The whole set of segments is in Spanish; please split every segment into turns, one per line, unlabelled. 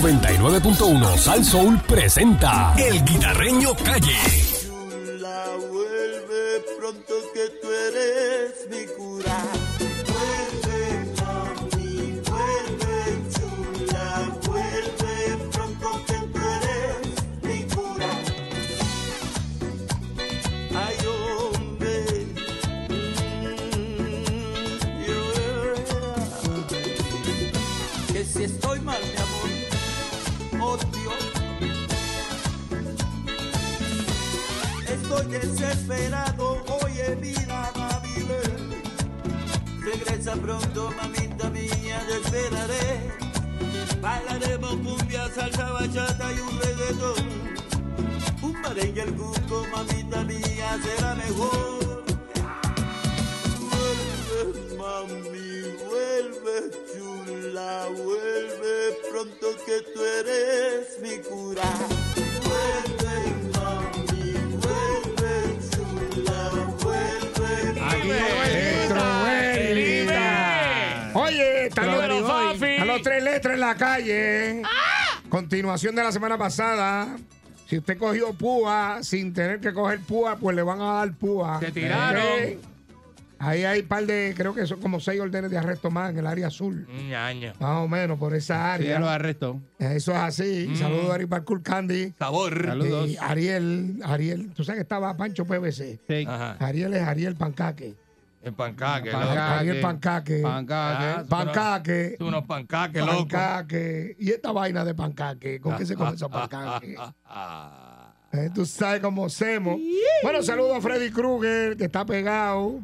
99.1 Sal Soul presenta El Guitarreño Calle.
Chula, vuelve pronto que tú eres mi cura. Vuelve por mí, vuelve chula, vuelve pronto que tú eres mi cura. Ay hombre, mm, yo- que si estoy mal mi amor, odio. Estoy desesperado, oye vida, mami, ven. Regresa pronto, mamita mía, te esperaré. Bailaremos cumbia, salsa, bachata y un reggaetón. Un merengue el cuco, mamita mía, será mejor. Vuelve, mami, vuelve, chula, vuelve pronto que tú eres mi cura. Vuelve, mami, vuelve, chula, vuelve.
Trovelita. Oye, están los, a los tres letras en la calle. Continuación de la semana pasada. Si usted cogió púa sin tener que coger púa, pues le van a dar púa.
Te tiraron.
Ok. Ahí hay un par de, creo que son como seis órdenes de arresto más en el área azul.
Ñaño.
Más o menos por esa
Sí, ya
área.
los arrestó.
Eso es así. Saludos a Ari Barcool Candy.
Sabor.
Saludos.
Y Ariel, Ariel, tú sabes que estaba Pancho PVC.
Sí.
Ajá.
Ariel es Ariel Pancaque.
El pancaque,
Pancaque.
loco.
Ariel Pancaque.
Pancaque.
Ah,
Pancaque.
Tú unos pancaques, loco.
Pancaque. Y esta vaina de pancaque. ¿Con qué se come esos pancaque?
Ah,
Eh, Tú sabes cómo hacemos. Bueno, saludo a Freddy Krueger, que está pegado.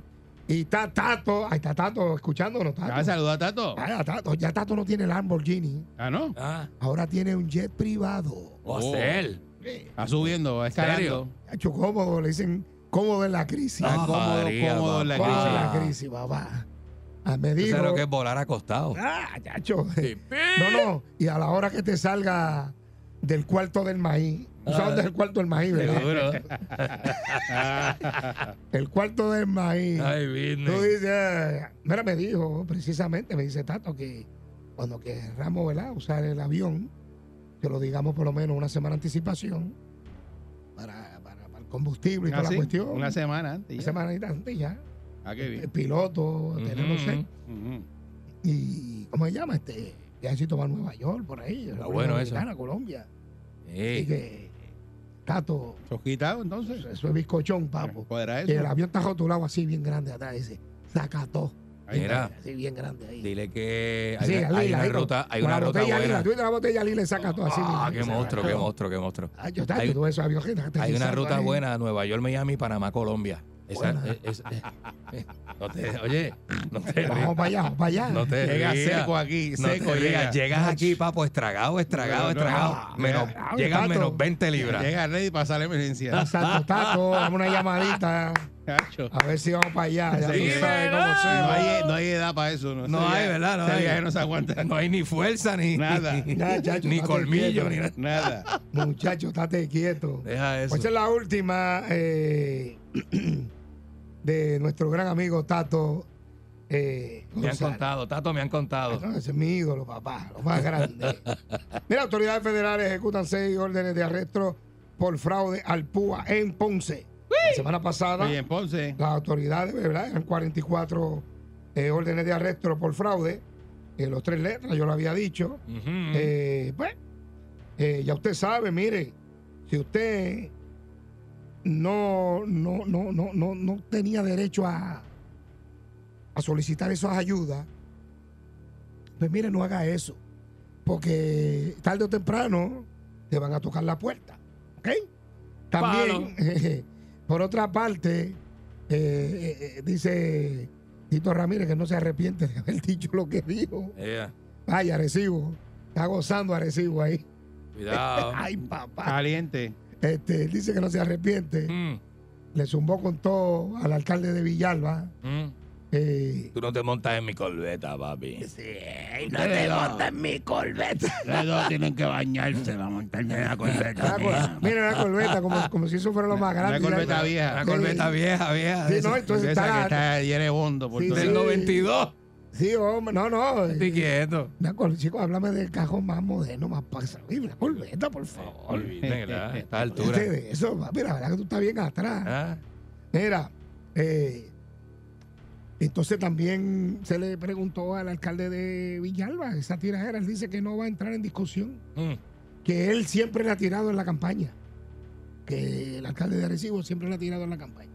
Y está Tato. Ahí está Tato, escuchándonos, Tato.
Ah, saluda a Tato.
Ay, a Tato. Ya Tato no tiene Lamborghini.
Ah, no.
ah.
Ahora tiene un jet privado.
O
Oh.
Cel.
Está subiendo, va escalando.
serio?
Ha hecho cómodo, le dicen cómodo en la crisis.
Está
Ah,
cómodo,
María,
cómodo en la
papá.
cómodo en
crisis.
la
ah.
crisis, papá. Ah, me
¿Tú
dijo.
sabes lo que es volar acostado?
Ah, chacho.
Sí.
No, no. Y a la hora que te salga del cuarto del maíz. ¿Tú sabes
Ah.
dónde es el cuarto del maíz, verdad?
Seguro.
El cuarto del maíz.
Ay,
Tú
business.
dices, "Ah". mira, me dijo precisamente, me dice Tato que cuando querramos ¿verdad? usar el avión, que lo digamos por lo menos una semana de anticipación para, para- para el combustible y
Ah,
toda
sí,
la cuestión.
Una semana antes.
Una
ya.
semanita antes ya.
Ah, qué
El
bien.
piloto, tenemos
Ujú.
sed.
Ujú.
Y, ¿cómo se llama? Este, viajecito para Nueva York, por ahí. República
bueno eso.
Dominicana, Colombia. Y
Ey.
que, Tato,
¿Sos quitado entonces? Ah,
eso es bizcochón, papo.
¿Cuadra
Y el
eso?
avión está rotulado así, bien grande atrás, ese. Sacató.
Ahí está.
Mira.
Así, bien grande ahí.
Dile que hay,
Sí,
una-
la
hay
lila,
una
ahí con-
ruta, hay
con
una
la
ruta
botella lila.
buena.
Tú tienes la botella lila y sacas todo así.
Ah,
mira,
qué
se
monstruo,
saca
qué
todo.
monstruo, qué monstruo.
Ah, yo, tacho,
Hay-
tú ves esos aviones que están
Hay una
aterrizando
ruta
ahí.
buena, Nueva York, Miami, Panamá, Colombia. Esa,
Buena.
eh, es- eh, eh, no te- oye, no te rías.
Vamos para allá, vamos para allá.
No te
Llega
rías.
seco aquí,
No te
seco
rías.
llega.
Llegas aquí, papo, estragado, estragado,
No, no,
estragado.
no.
Menos,
Mira, hable,
llegas
Tato.
menos 20 libras.
Llega ready para pasar la emergencia.
Exacto, tato, dame una llamadita.
Chacho.
A ver si vamos para allá. Ya tú
Sí,
sabes cómo
¿verdad?
No
hacemos.
hay, no hay edad para eso. No,
No
Ese
hay,
viaje-
¿verdad? No
ese
hay.
viaje no se aguanta.
No hay ni fuerza ni
Nada.
ni,
Ya, chacho,
ni
estate
colmillo
quieto.
ni nada.
Nada.
Muchacho, estate quieto.
Deja eso.
Pues esa es la última eh, de nuestro gran amigo Tato. eh,
me han
González.
contado, Tato, me han contado.
No, ese es mi ídolo, papá, lo más grande. Mira, autoridades federales ejecutan seis órdenes de arresto por fraude al PUA en Ponce. La semana pasada,
Oye, en Ponce.
las autoridades, ¿verdad? Eran 44 eh, órdenes de arresto por fraude. Eh, los tres letras, yo lo había dicho.
Ujú.
Eh, pues, eh, ya usted sabe, mire, si usted no, no, no, no, no, no tenía derecho a, a solicitar esas ayudas, pues mire, no haga eso. Porque tarde o temprano te van a tocar la puerta. ¿Ok? También, por otra parte, eh, eh, eh, dice Tito Ramírez que no se arrepiente de haber dicho lo que dijo.
Ea,
Ay, Arecibo. Está gozando Arecibo ahí.
cuidado.
Ay, papá.
Caliente.
Este, dice que no se arrepiente.
Mm,
Le zumbó con todo al alcalde de Villalba.
mm.
Eh,
Tú no te montas en mi corbeta, papi.
no te montes mi corbeta.
Todos tienen que bañarse para montarse en la
Mira la corbeta, como, como si eso fuera lo más grande. eh,
Una corbeta vieja.
Una corbeta vieja, vieja.
Sí,
de
no,
esa-
entonces
De esa
está
que
la-
está llena de bondo por
Sí,
todo
sí.
del 92.
Sí, hombre, no, no.
Estoy quieto.
Una col- chico, háblame del cajón más moderno, más pasado. Una corveta, por favor.
Olvídenla, a esta altura.
Olvídate Este, de eso, papi, la verdad que tú estás bien atrás.
Ah,
Mira, eh, entonces también se le preguntó al alcalde de Villalba, esa tiradera, él dice que no va a entrar en discusión,
mm,
que él siempre la ha tirado en la campaña, que el alcalde de Arecibo siempre la ha tirado en la campaña.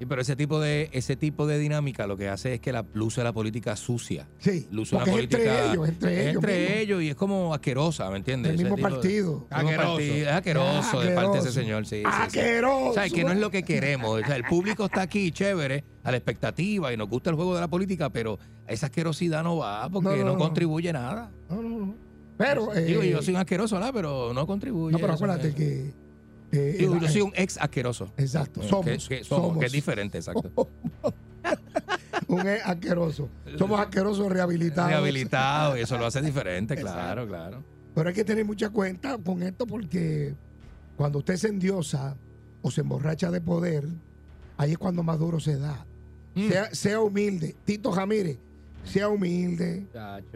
sí, pero ese tipo de ese tipo de dinámica lo que hace es que la luce la política sucia.
Sí,
Luce una
porque es entre
política-
ellos, entre
es
ellos.
entre
mismos,
ellos y es como asquerosa, ¿me entiendes?
del
Ese
mismo
tipo de-
partido.
Es un
Aqueroso.
partido- Es asqueroso de parte de ese
Aqueroso.
señor, sí. sí, sí.
¡Aqueroso!
O sea, que no es lo que queremos. O sea, el público está aquí, chévere, a la expectativa y nos gusta el juego de la política, pero esa asquerosidad no va
No,
porque
no,
no,
no.
contribuye nada.
No, no, no. Pero, eh,
Digo, yo soy un asqueroso, ¿verdad? Pero no contribuye.
no, pero
eso,
acuérdate
eso.
que... eh,
Digo,
el-
yo soy un ex asqueroso.
Exacto,
Que-
somos.
que, somos, que es diferente, exacto.
Un es asqueroso. Somos asquerosos rehabilitados.
Rehabilitado, y eso lo hace diferente, claro, claro.
Pero hay que tener mucha cuenta con esto porque cuando usted se endiosa o se emborracha de poder, ahí es cuando más duro se da.
Mm.
Sea, sea humilde. Tito Jamírez, sea humilde.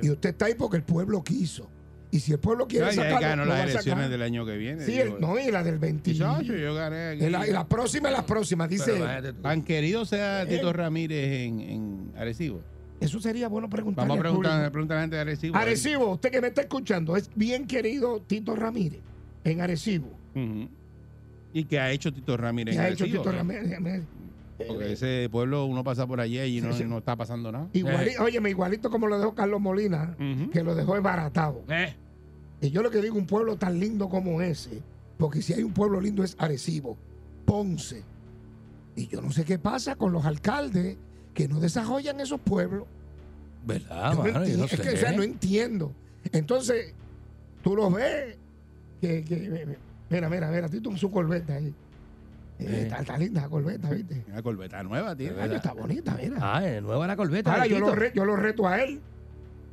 Y usted está ahí porque el pueblo quiso. Y si el pueblo quiere
Ya, ya
sacarlo,
ganó
lo va
las
a
elecciones
sacar.
del año que viene.
Sí,
digo.
el- no, y la del 20.
Chacho, yo gané aquí.
Y la, y la próxima, la próxima, dice.
Pero imagínate tú.
Tan querido
Eh,
sea Tito Ramírez en, en Arecibo.
Eso sería bueno preguntarle
Vamos a
al
preguntar,
público.
preguntar a la gente de Arecibo.
Arecibo, usted que me está escuchando, es bien querido Tito Ramírez en Arecibo.
Ujú. ¿Y qué ha hecho Tito Ramírez
¿Qué
en
ha hecho
Arecibo?
Tito Ramírez?
Porque ese pueblo uno pasa por allí y no,
Sí, sí.
no está pasando nada.
Iguali- óyeme, igualito como lo dejó Carlos Molina,
Ujú.
que lo dejó embaratado.
Eh,
Y yo lo que digo, un pueblo tan lindo como ese, porque si hay un pueblo lindo es Arecibo, Ponce. Y yo no sé qué pasa con los alcaldes que no desarrollan esos pueblos.
¿Verdad,
Yo no
mano? Ah, Yo
enti-
no
es que o
sé.
sea, no entiendo. Entonces, tú los ves. Que, que- mira, mira, mira, Tito en su corbeta ahí. Eh,
Eh.
Está, está linda la corbeta, ¿viste?
Una corbeta nueva, tío.
Es
Ay,
verdad.
está bonita, mira.
Ah, eh, nueva la corbeta.
Ahora
de
yo lo,
Tito.
re- yo lo reto a él.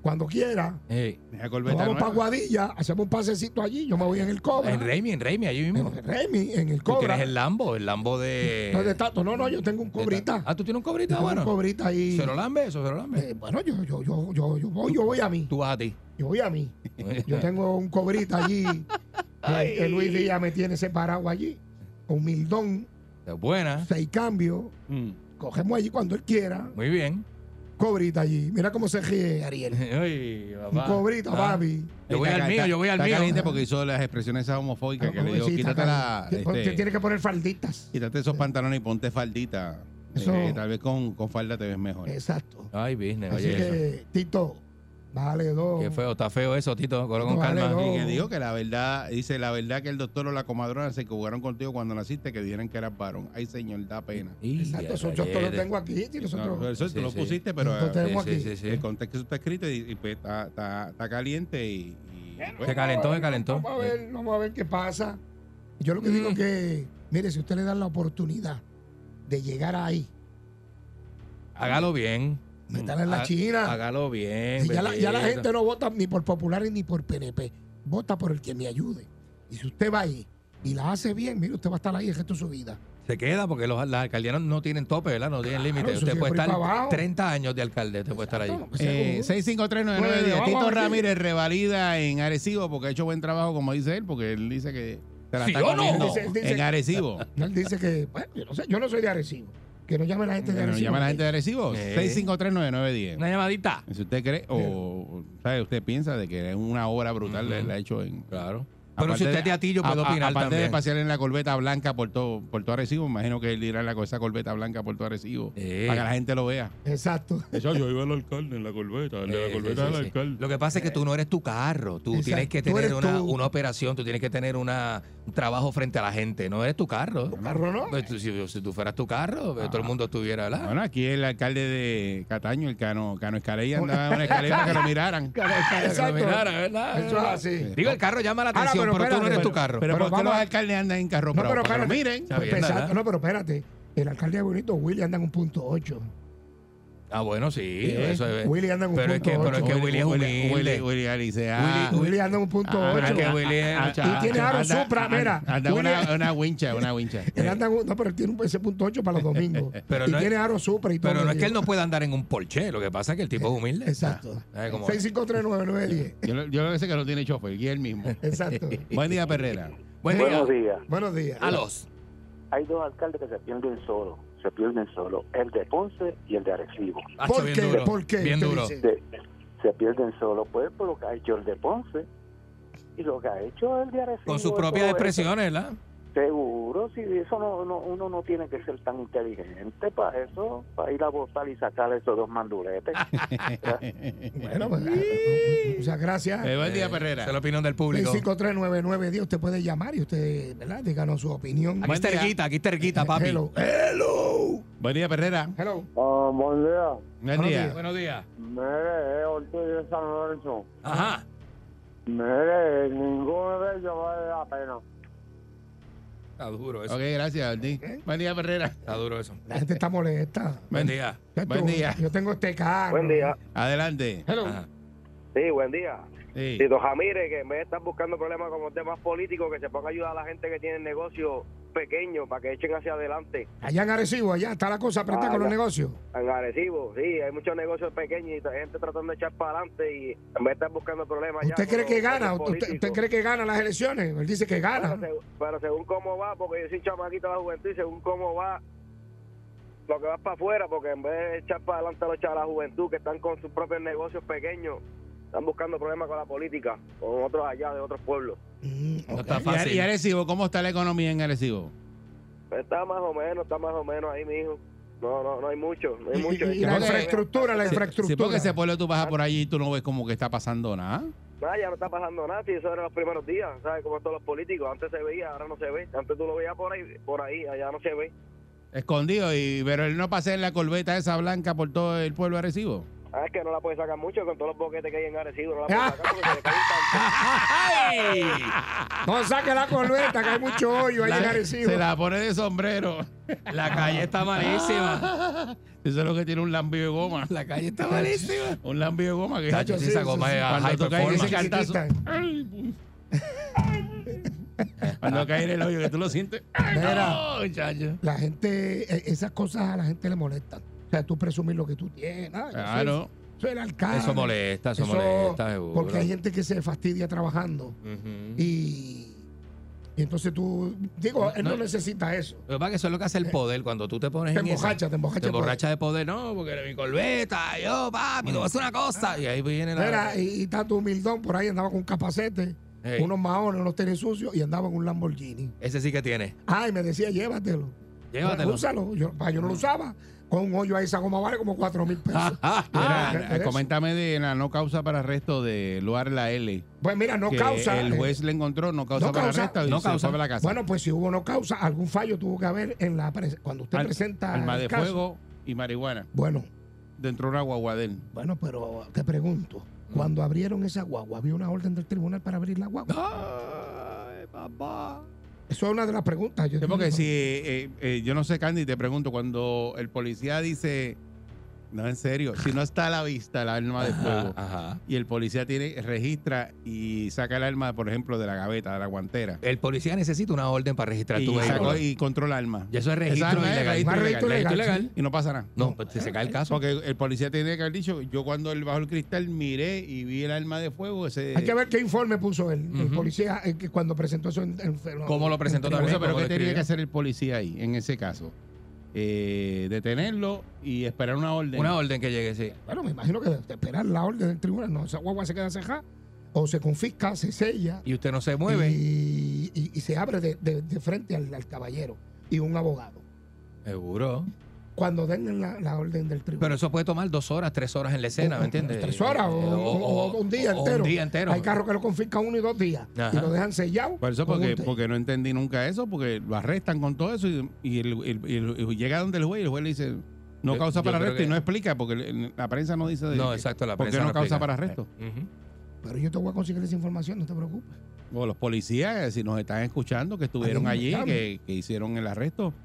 Cuando quiera,
Eh,
Una
nos
corbeta
vamos para
nueva.
Guadilla, hacemos un pasecito allí. Yo me voy en el Cobra.
En Remy, en Remy, allí mismo.
En el Remy, en el
Tú
Cobra.
tienes el Lambo, el Lambo de.
No, de Tato, no, no, yo tengo un
de-
cobrita.
Ah, tú tienes un cobrita,
Tengo un
bueno.
cobrita ahí.
Se lo lambe, eso se lo lambe.
Eh, bueno, yo, yo, yo, yo, yo voy, yo voy a mí.
Tú vas a ti.
Yo voy a mí. Yo tengo un cobrita allí. Eh, que Luis Díaz me tiene separado allí. Humildón,
Es Eh, buena.
seis cambios.
Mm.
Cogemos allí cuando él quiera.
Muy bien.
Cobrita allí. Mira cómo se ríe Ariel.
Ay,
Un
papá.
cobrita,
Ah,
papi.
Yo voy
Está
al
ca-
mío,
está-
yo voy al
está caliente
mío.
porque hizo las expresiones esas homofóbicas que le digo,
Sí, está
quítate, la,
caliente. Te- te
este,
tiene que poner falditas.
quítate esos pantalones y ponte faldita.
Eso-
Eh, tal vez con, con falda te ves mejor.
Exacto.
Ay, business,
Así
oye. eso.
que, Tito, vale dos.
Qué feo, está feo eso, Tito. Colo con
Vale,
calma.
no.
Y que digo que la verdad, dice la verdad que el doctor o la comadrona se jugaron contigo cuando naciste que dijeron que eras varón. Ay, señor, da pena.
Y
Exacto,
a
eso yo te lo
rayete.
tengo aquí. y nosotros-
No, eso
Sí,
tú lo
sí.
pusiste, pero
Nosotros
eh,
tenemos
sí,
aquí.
sí, sí,
el
sí.
contexto está escrito y, y pues está, está- está caliente y, y, pues,
Se calentó, se calentó.
Vamos a
Eh.
ver, vamos a ver qué pasa. Yo lo que
Mm.
digo que, mire, si usted le da la oportunidad de llegar ahí,
Hágalo bien.
Mm,
meterla en la
Ha-
China.
Hágalo bien.
Si ya, la, ya la
belleza.
gente no vota ni por populares ni por PNP, vota por el que me ayude. Y si usted va ahí y la hace bien, mire, usted va a estar ahí el resto de su vida.
Se queda porque los, las alcaldías no, no tienen tope, ¿verdad? No tienen límite.
eso
Usted
siempre
puede
para abajo.
estar 30 años de alcalde, usted puede estar ahí.
Exacto,
uh,
Eh,
seguro.
6539910.
Vamos a
Tito
ver qué-
Ramírez revalida en Arecibo porque ha hecho buen trabajo, como dice él, porque él dice que se la
¿Sí
está
o no? Este
comiendo
Dice- dice-
en Arecibo.
Él dice que, bueno, yo no, sé, yo no soy de Arecibo. Que no llame la gente de
Bueno,
Arecibo.
Eh, llama a la gente de Arecibo.
Sí.
6539910.
Eh. Una llamadita.
Si usted cree o sabe, usted piensa de que es una obra brutal
Ujú.
la ha hecho en
Claro. Pero
Aparte
si usted
de-
es de Atillo,
a-
puede
a-
opinar
aparte de
también.
pasear en la corbeta blanca por todo por todo Arecibo, me imagino que él irá la, esa corbeta blanca por todo Arecibo
Sí.
para que la gente lo vea.
Exacto.
yo iba al alcalde en la corbeta,
Eh, sí, sí, sí. Lo que pasa es que tú no eres tu carro. Tú
Exacto.
tienes que
Tú eres
tener una,
tú.
una operación, tú tienes que tener una, un trabajo frente a la gente. No eres tu carro.
Carro no.
Pues tú- si, si tú fueras tu carro, pues todo
Ah.
el mundo estuviera, ¿verdad?
Bueno, aquí el alcalde de Cataño, el Cano, Cano Escalella, andaba en una escalera para que lo miraran.
Que lo
Exacto.
mirara, ¿verdad?
Eso es así.
Digo, el carro llama la
Ahora,
atención,
pero
pero, tú no
espérate,
eres Este tu
pero-
carro.
Pero,
Pero
¿por qué
vamos
los
a-
alcaldes andan en carro
No,
bravo?
pero
Para que lo
espérate.
miren.
Está bien,
Exacto,
¿verdad?
no, pero espérate. El alcalde de Bonito Willy anda en un punto 8.
Ah, bueno, sí.
¿Qué?
Eso es.
Willy anda en un
pero es
punto
que, pero es
ocho.
que Willy es
Willy,
humilde.
Willy, Willy, Willy dice, ah,
Willy-
Willy anda en un punto
ah,
es
ocho.
que Willy es-
ah,
chacho.
ah,
tiene aro
anda-
Supra,
anda-
mira.
Anda
Willy-
una, una wincha, una wincha.
Él anda en un- no, pero él tiene un, ese punto 8 para los domingos.
Pero
y
no es-
tiene aro super y todo.
Pero no es que él
no.
no pueda andar en un Porsche. Lo que pasa es que el tipo es humilde.
Exacto.
Ah, como-
6539910.
Yo, lo- yo lo que sé que no tiene chofer, y él mismo.
Exacto.
Buen día, Perrera.
Buen día.
Buenos días.
Buenos días.
A Ah, los.
Hay dos alcaldes que se pierden solo, se pierden solo, el de Ponce y el de Arecibo.
Hacho,
¿Por
bien
qué?
duro,
¿Por qué?
Bien
Usted
duro.
dice.
Se, se pierden solo, pues, por lo que ha hecho el de Ponce y lo que ha hecho el de Arecibo.
Con sus
eso
propias
es-
expresiones, ¿verdad?
Seguro, si eso no, no- uno no tiene que ser tan inteligente para eso, para ir a votar y sacar esos dos manduletes.
Bueno, pues, o sea,
Eh,
gracias.
buen día,
Eh,
Perrera.
Esa es la opinión del público.
6539910. Usted puede llamar y usted, ¿verdad? Díganos su opinión.
Aquí está
día.
erguita, aquí está erguita, papi.
Eh, Hello. Hello.
Buen día, Perrera.
Hello.
Ah, buen día.
Buen
Buenos
día.
días.
Buenos días.
Mire, eh, es Ortiz de San Lorenzo.
Ajá.
Mire, ninguno de ellos vale la pena.
Está duro eso.
Ok, gracias, Ortiz. Buen día, Perrera.
Está duro eso.
La gente está molesta.
Buen día.
Ya
Buen
tú-
día.
Yo tengo este carro.
Buen día.
Mm. Adelante.
Hello.
Ajá.
Sí, buen día.
Sí.
Tito Jamírez, que me están buscando problemas con los temas políticos, que se ponga a ayudar a la gente que tiene negocios pequeños para que echen hacia adelante.
Allá en Arecibo, allá está la cosa apretada
Ah,
con los
ya.
negocios.
En agresivo, sí, hay muchos negocios pequeños y hay gente tratando de echar para adelante y me están buscando problemas. ya
¿Usted cree
con
que
los
gana?
temas
¿Usted, usted
políticos.
cree que gana las elecciones? Él dice que
Bueno,
gana.
seg- pero según cómo va, porque yo soy chamaquito de la juventud y según cómo va, lo que va es para afuera, porque en vez de echar para adelante a los chavos de la juventud que están con sus propios negocios pequeños, están buscando problemas con la política, con otros allá de otros pueblos.
Mm,
No
ok.
está
Y Are-
fácil.
¿Y Arecibo? ¿Cómo está la economía en Arecibo?
Pues Está más o menos, está más o menos ahí, mijo. No, no, no hay mucho, no hay
Y-
mucho.
y- y la
Creo que-
infraestructura, la
Sí, Sí, porque
infraestructura.
ese pueblo tú vas por allí y tú no ves como que está pasando nada.
Nada, ya no está pasando nada, si eso era los primeros días, ¿sabes? Como todos los políticos, antes se veía, ahora no se ve. Antes tú lo veías por ahí, por ahí, allá no se ve.
Escondido, y, pero él no pasea en la corbeta esa blanca por todo el pueblo Arecibo.
Ah, es que no la puedes sacar mucho con todos los boquetes que hay en Arecibo, no la puedes sacar porque se le cae un tanto.
¡Ay!
No saque la coleta, que hay mucho hoyo ahí en
La-
Arecibo.
se la pone de sombrero.
La calle está malísima.
Eso es lo que tiene un lambio de goma.
La calle está malísima.
Un lambio de goma que
Chacho, sí, esa goma es a
Cuando
high
toca en ese
performance.
cantazo.
Chiquitita.
ay, Cuando cae en el hoyo que tú lo sientes. ¡Ay,
Mira.
no, chacho!
La gente, eh, esas cosas a la gente le molestan. O sea, tú presumir lo que tú tienes. Ah, yo soy-
Claro.
Soy, el alcalde.
Eso molesta, eso,
Eso-
molesta, seguro.
Porque hay gente que se fastidia trabajando.
Ujú.
Y, y entonces tú, digo, él no,
No.
necesita eso.
Lo que pasa es que eso es lo que hace el poder cuando tú te pones
Te
en esa-
emborracha, te emborracha
Te
el poder.
emborracha de poder, no, porque eres mi corbeta, yo, papi, tú vas a hacer una cosa. Y ahí viene la.
Mira, y, y está tu humildón por ahí, andaba con un capacete,
Ey,
unos maones, unos tenis sucios y andaba en un Lamborghini.
Ese sí que tiene.
Ay, me decía, llévatelo.
Llévatelo.
Úsalo. Yo, pa, yo no lo usaba. Con un hoyo ahí, esa goma vale como 4 mil pesos.
Ah,
Mira,
¿qué es eso?
coméntame de la no causa para arresto de Luar La L.
Pues mira, no
que
causa.
El
eh,
juez le encontró no causa
no
para
causa,
arresto y
no
se
causa.
fue a la casa.
Bueno, pues si hubo no causa, algún fallo tuvo que haber en la pres- cuando usted
Al-
presenta
Arma
el
de
caso.
fuego y marihuana.
Bueno,
Dentro de una guaguadel.
bueno, pero te pregunto, cuando abrieron esa guagua, había una orden del tribunal para abrir la guagua.
Ay, papá.
Eso es una de las preguntas. Yo
Sí, porque si, eh, eh, yo no sé, Candy, te pregunto, cuando el policía dice, no, en serio, si no está a la vista el arma de fuego
Ajá.
y el policía tiene registra y saca el arma, por ejemplo, de la gaveta, de la guantera,
El policía necesita una orden para registrar
y,
tu vehículo.
sacó- y controla el arma.
Y eso es
Esa
registro
arma es
ilegal.
Más
registro ilegal.
eh, registro
Registro
ilegal,
ilegal.
Y no pasa nada.
No, pues, se cae el caso.
Porque el policía tiene que haber dicho, yo cuando él bajó el cristal miré y vi el arma de fuego, ese...
Hay que ver qué informe puso él, el
eh, Ujú.
policía, eh, que cuando presentó eso en, en- en-
¿Cómo lo presentó
en
Por
también?
tribunal.
eso, pero
¿Cómo
¿qué
lo
tenía
escribió?
que hacer el policía ahí, en ese caso? Eh, detenerlo y esperar una orden.
Una orden que llegue, sí.
Bueno, me imagino que de esperar la orden del tribunal, no, esa guagua se queda cejada o se confisca, se sella
Y usted no se mueve.
Y, y- y se abre de, de- de frente al, al caballero y un abogado.
Seguro.
Cuando den la, la orden del tribunal.
Pero eso puede tomar dos horas, tres horas en la escena, ¿me entiendes?
Oh, Tres horas o,
Eh,
o- o un día
o
entero.
Un día entero.
Hay carros que lo confiscan uno y dos días
Ajá.
y lo dejan sellado.
Por eso,
con
porque,
un te-
porque no entendí nunca eso, porque lo arrestan con todo eso y, y el- el- y el- y llega donde el juez y el juez le dice, no
Yo-
causa
yo
para
creo
arresto
que-
y no explica, porque el- la prensa no dice de
No, exacto, la
¿Por qué
prensa
no, causa
explica. Eh.
para arresto?
Ujú.
Pero yo te voy a conseguir esa información, no te preocupes.
eh, O los policías, si nos están escuchando, que estuvieron
Ahí,
allí,
claro.
que, que hicieron el arresto,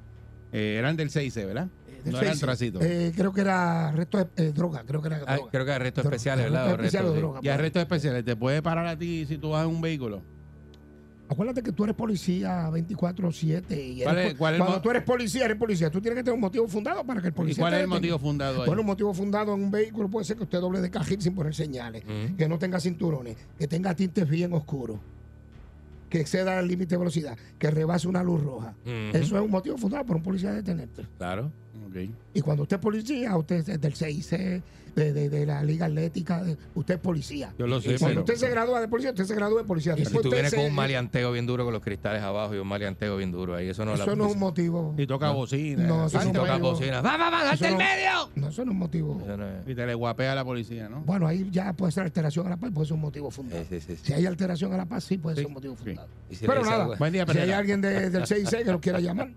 Eh, eran del 6C, ¿verdad?
del
no eran
6C.
tracitos.
Eh, creo que era resto de eh, droga, creo que era
Ah,
droga.
creo que arrestos
Droga.
especiales,
Arresto
¿verdad?
especial
Arrestos,
o
sí.
droga.
y arrestos especiales, ¿te puede parar a ti si tú vas en un vehículo?
Acuérdate que tú eres policía 24-7. y eres
¿Cuál es-
po-
cuál es el
Cuando
mo-
tú eres policía, eres policía. Tú tienes que tener un motivo fundado para que el
¿Y
policía.
cuál
te
es el
detenga.
motivo fundado ahí?
Bueno, un motivo fundado en un vehículo puede ser que usted doble de cajil sin poner señales,
Ujú.
que no tenga cinturones, que tenga tintes bien oscuros, que exceda el límite de velocidad, que rebase una luz roja.
Ujú.
Eso es un motivo fundado para un policía detenerte.
Mm, Claro.
Ok.
Y cuando usted es policía, usted es del 6C, de, de- de la Liga Atlética, de- usted es policía.
Yo lo sé,
Y cuando
pero-
usted se gradúa de policía, usted se gradúa de policía.
Y si
Después
tú
usted
vienes con
se-
un maleanteo bien duro con los cristales abajo y un maleanteo bien duro ahí, eso no
Eso no es un motivo.
Y toca bocina.
No,
eh,
eso
Y si
no
toca
es un-
bocina, ¡va, va, va,
eso
date el
no-
medio!
No, eso no es un motivo.
Eso no es-
Y te le guapea a la policía, ¿no?
Bueno, ahí ya puede ser alteración a la paz, puede ser un motivo fundado.
Sí, sí, sí,
Si hay alteración a la paz, sí puede
Sí,
ser un motivo
sí.
fundado.
Y si le
Pero
dice
nada.
algo-
Buen día,
Si hay
Pereira.
alguien de- del 6C que lo quiera llamar,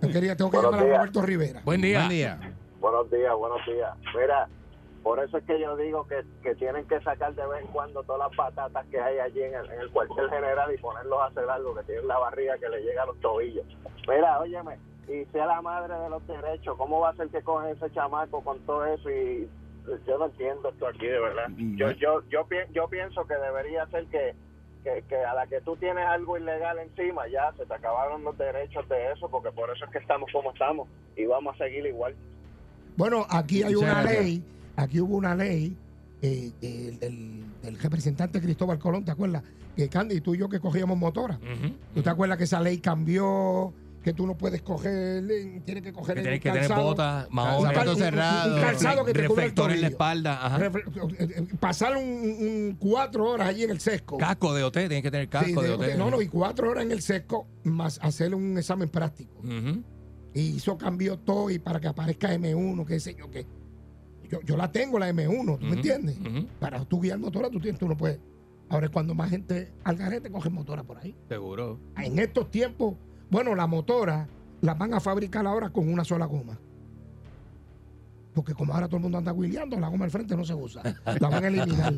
yo quería, tengo que
Buenos
llamar a
días.
Roberto Rivera.
Buen día.
Buen día.
Buenos días, buenos días. Mira, por eso es que yo digo que, que tienen que sacar de vez en cuando todas las patatas que hay allí en el, en el cuartel general y ponerlos a hacer algo, que tienen la barriga que le llega a los tobillos. Mira, óyeme, y sea la madre de los derechos, ¿cómo va a ser que cogen ese chamaco con todo eso? Y yo no entiendo esto aquí, de verdad. Yo, yo, yo, pi- yo pienso que debería ser que, que, que a la que tú tienes algo ilegal encima, ya se te acabaron los derechos de eso, porque por eso es que estamos como estamos y vamos a seguir igual.
Bueno, aquí hay
Muchas
una
gracias.
ley, aquí hubo una ley eh, del, del- del representante Cristóbal Colón, ¿te acuerdas? Que Candy, tú y yo que cogíamos motora.
Ujú.
¿Tú te acuerdas que esa ley cambió? Que tú no puedes coger, eh, tienes que coger
Que
el
tienes que tener
calzado,
botas, mahones,
zapatos
un- un-
cerrados,
un calzado que te cubra el
reflector en la
tobillo.
espalda, ajá.
Refle- eh, eh, Pasar un, un cuatro horas allí en el sesco.
casco de OT, tienes que tener casco
Sí,
de,
de-
OT.
de- no, no, y cuatro horas en el sesco, más hacer un examen práctico.
Ujú.
Y eso cambió todo y para que aparezca M1, qué sé yo qué. Yo, yo la tengo, la M1, ¿tú me
Ujú,
entiendes?
ujú.
Para tú guiar motora, tú, tienes, tú no puedes. Ahora es cuando más gente al garete coge motora por ahí.
Seguro.
En estos tiempos, bueno, la motora la van a fabricar ahora con una sola goma. Porque como ahora todo el mundo anda guiando, la goma del frente no se usa. La van a eliminar.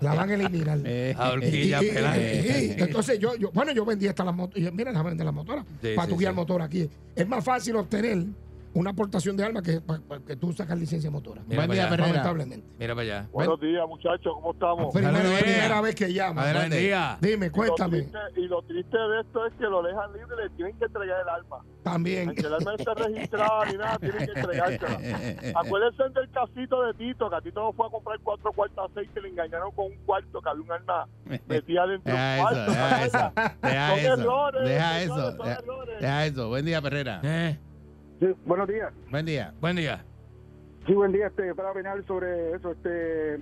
la van a eliminar.
Eh,
A
Y- y-
horquilla,
y-
pelada.
y- y- entonces yo, yo- bueno, yo vendí hasta las motoras. Mira, déjame vender las motoras.
Sí,
para
sí,
tu guiar
sí.
motor aquí. Es más fácil obtener una aportación de armas que, pa- pa- que tú sacar licencia de motora.
Mira
Buen
para
día,
allá.
Pereira.
Lamentablemente.
Mira para allá.
Buenos días, muchachos, ¿cómo estamos?
Primera,
Adelante.
primera vez que llamo.
Adelante.
Buen día.
Dime,
Y lo
cuéntame.
triste- Y lo triste de esto es que lo dejan libre y le tienen que entregar el arma.
También.
Aunque el arma no esté registrada ni nada, tienen que
Eh,
entregársela. Acuérdense del casito de Tito, que a Tito no fue a comprar cuatro cuartos de aceite y le engañaron con un cuarto que había un arma metida dentro
Deja
del
Ah, eso,
cuarto.
deja eso. Deja
Son
eso.
errores,
Deja
señores,
eso. Eh,
son
deja-
errores.
Deja eso. Buen día, Pereira.
Eh,
buenos días.
Buen día.
buen día.
Sí, buen día, este, para opinar sobre eso, este,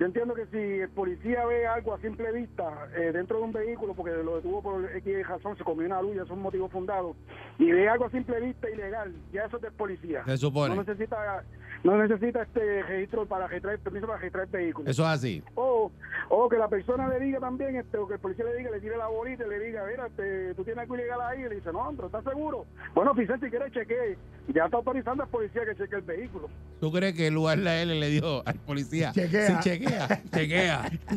yo entiendo que si el policía ve algo a simple vista eh, dentro de un vehículo, porque lo detuvo por X razón, se comió una luz, eso es un motivo fundado, y ve algo a simple vista ilegal, ya eso es del policía.
Se
No
supone.
necesita, no necesita este registro para registrar, permiso para registrar el vehículo.
Eso es así.
O, o que la persona le diga también, este, o que el policía le diga, le tire la bolita y le diga, mira, este, tú tienes algo ilegal ahí, y le dice, no, pero ¿estás seguro? Bueno, oficial, si quieres chequee, ya está autorizando al policía que cheque el vehículo.
¿Tú crees que el URL le dijo al policía?
Chequea.
Sí, chequea.
Chequea.
ah,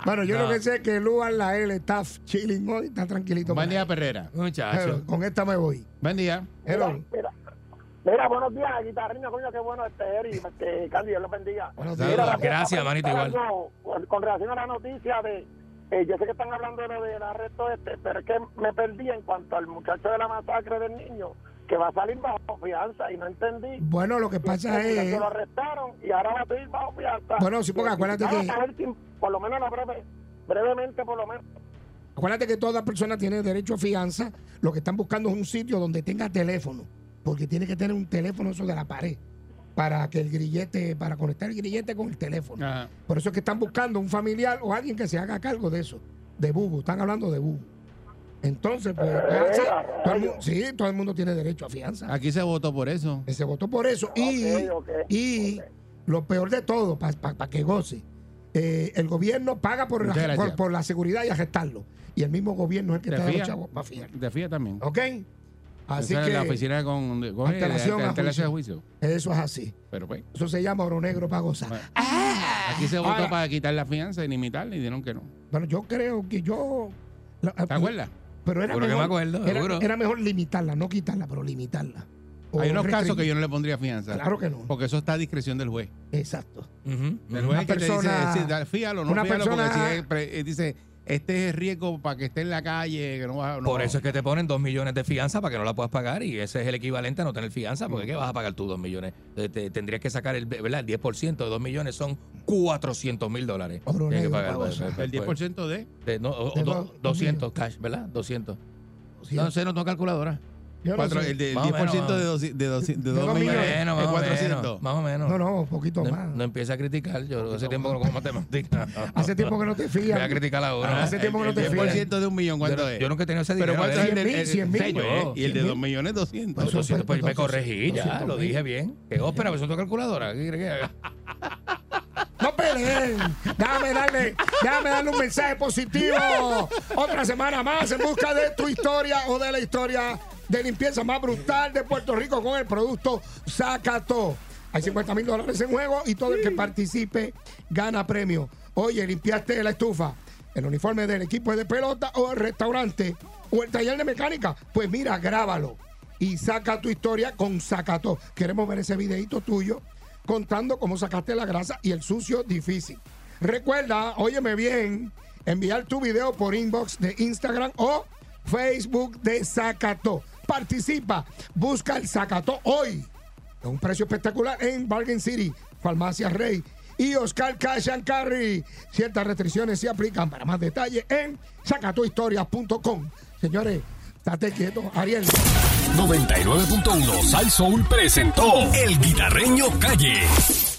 nah.
Bueno, yo
No.
lo que sé es que Luan la L está chilling hoy, está tranquilito.
Buen día, Pereira.
Muchacho.
Pero con esta me voy.
Buen día.
Hello.
Mira, mira, buenos días, guitarrino, coño, qué bueno este Eri, este Candy, Dios los bendiga.
Buenos
Saludos.
días.
la cosa,
Gracias,
para
manito,
comentar
igual.
algo, con, con relación a la noticia de, eh, yo sé que están hablando de lo del arresto este, pero es que me perdí en cuanto al muchacho de la masacre del niño, que va a salir bajo fianza y no entendí.
Bueno, lo que pasa
Que
es.
lo arrestaron y ahora va a salir bajo fianza. Este,
Bueno, sí, porque acuérdate
Vamos
que-
a ver si, por lo menos la breve, brevemente, por lo menos.
Acuérdate que toda persona tiene derecho a fianza. Lo que están buscando es un sitio donde tenga teléfono, porque tiene que tener un teléfono eso de la pared para que el grillete, para conectar el grillete con el teléfono.
Ajá.
Por eso es que están buscando un familiar o alguien que se haga cargo de eso, de Bubu. Están hablando de Bubu. Entonces, pues,
Eh,
pues, sí, todo el mundo, sí, todo el mundo tiene derecho a fianza.
Aquí se votó por eso.
Se votó por eso y,
Ok, ok,
y
ok.
lo peor de todo, para que goce, eh, el gobierno paga por
Muchas
la,
gracias.
por, por la seguridad y arrestarlo. Y el mismo gobierno es el que
¿Te
te da los
fías?
chavos para fiar.
De fía también.
¿Ok? Así
Esa es
que
la oficina con, de- con
Antelación
de-
a
antelación a juicio.
eso es así.
Pero pues,
Eso se llama oro negro para gozar.
Bueno. aquí se votó
Ah. Ahora-
para quitar la fianza y limitarla y dijeron que no.
Bueno, yo creo que yo... la-
¿Te acuerdas?
Pero era
Seguro que
mejor,
me
Ah,
acuerdo,
era-
seguro.
era mejor limitarla, no quitarla, pero limitarla. O
Hay unos casos que
restringir.
yo no le pondría fianza.
Claro que no.
Porque eso está a discreción del juez.
Exacto.
Ujú,
El
ujú.
juez
Una
es que te
persona-
dice, sí, da- fíjalo, no
una
fíjalo, porque
persona-
si es pre- eh, dice, este es riesgo para que esté en la calle, que no va no
Por
va-
eso es que te ponen dos millones de fianza para que no la puedas pagar y ese es el equivalente a no tener fianza
Mm.
porque ¿qué vas a pagar tú dos millones? Eh, te- tendrías que sacar el, ¿verdad? el 10% de dos millones son 400 mil dólares.
Oro
Tienes que
negro,
pagar,
pavoso.
pues, pues,
El 10% de...
de- no, o- o
de
do-
dos-
200 cash, ¿verdad? 200.
Sí.
No sé, no tengo calculadora.
Yo no
cuatro-
sé.
el de- el
Más o menos,
10% de
más o
doci- de doci- de
De
dos
dos
millones
millones.
es
más o menos.
400.
Más o menos.
No, no, un poquito
No,
más.
no empieza a criticar. Yo hace tiempo que no como matemáticas.
Hace tiempo que no te
Voy
fías.
a criticar ahora.
Hace tiempo que no
El
te fías.
10% de un millón, ¿cuánto
yo, no-
es?
yo nunca he tenido ese dinero.
Pero ¿cuánto
¿eh?
es el del-
Cien mil,
el-
cien mil,
sé yo,
pues,
Y el de
cien
2 millones 200.
Pues eso-
200, pues me
Entonces,
corregí ya,
200
lo
mil.
dije bien. Que ópera, pues son tu calculadora. ¿Qué crees que haga?
No peleen. Déjame darle, déjame darle un mensaje positivo. Otra semana más en busca de tu historia o de la historia de limpieza más brutal de Puerto Rico con el producto Zacato. Hay 50 mil dólares en juego y todo el que participe gana premio. Oye, limpiaste la estufa, el uniforme del equipo de pelota o el restaurante o el taller de mecánica. Pues mira, grábalo y saca tu historia con Zacato. Queremos ver ese videito tuyo contando cómo sacaste la grasa y el sucio difícil. Recuerda, óyeme bien, enviar tu video por inbox de Instagram o Facebook de Zacató. Participa, busca el Zacató hoy. A un precio espectacular en Bargain City, Farmacia Rey y Oscar Cash and Carry. Ciertas restricciones se aplican. Para más detalles en sacatohistorias.com. Señores, estate quieto, Ariel.
99.1 Sal Soul presentó El Guitarreño Calle.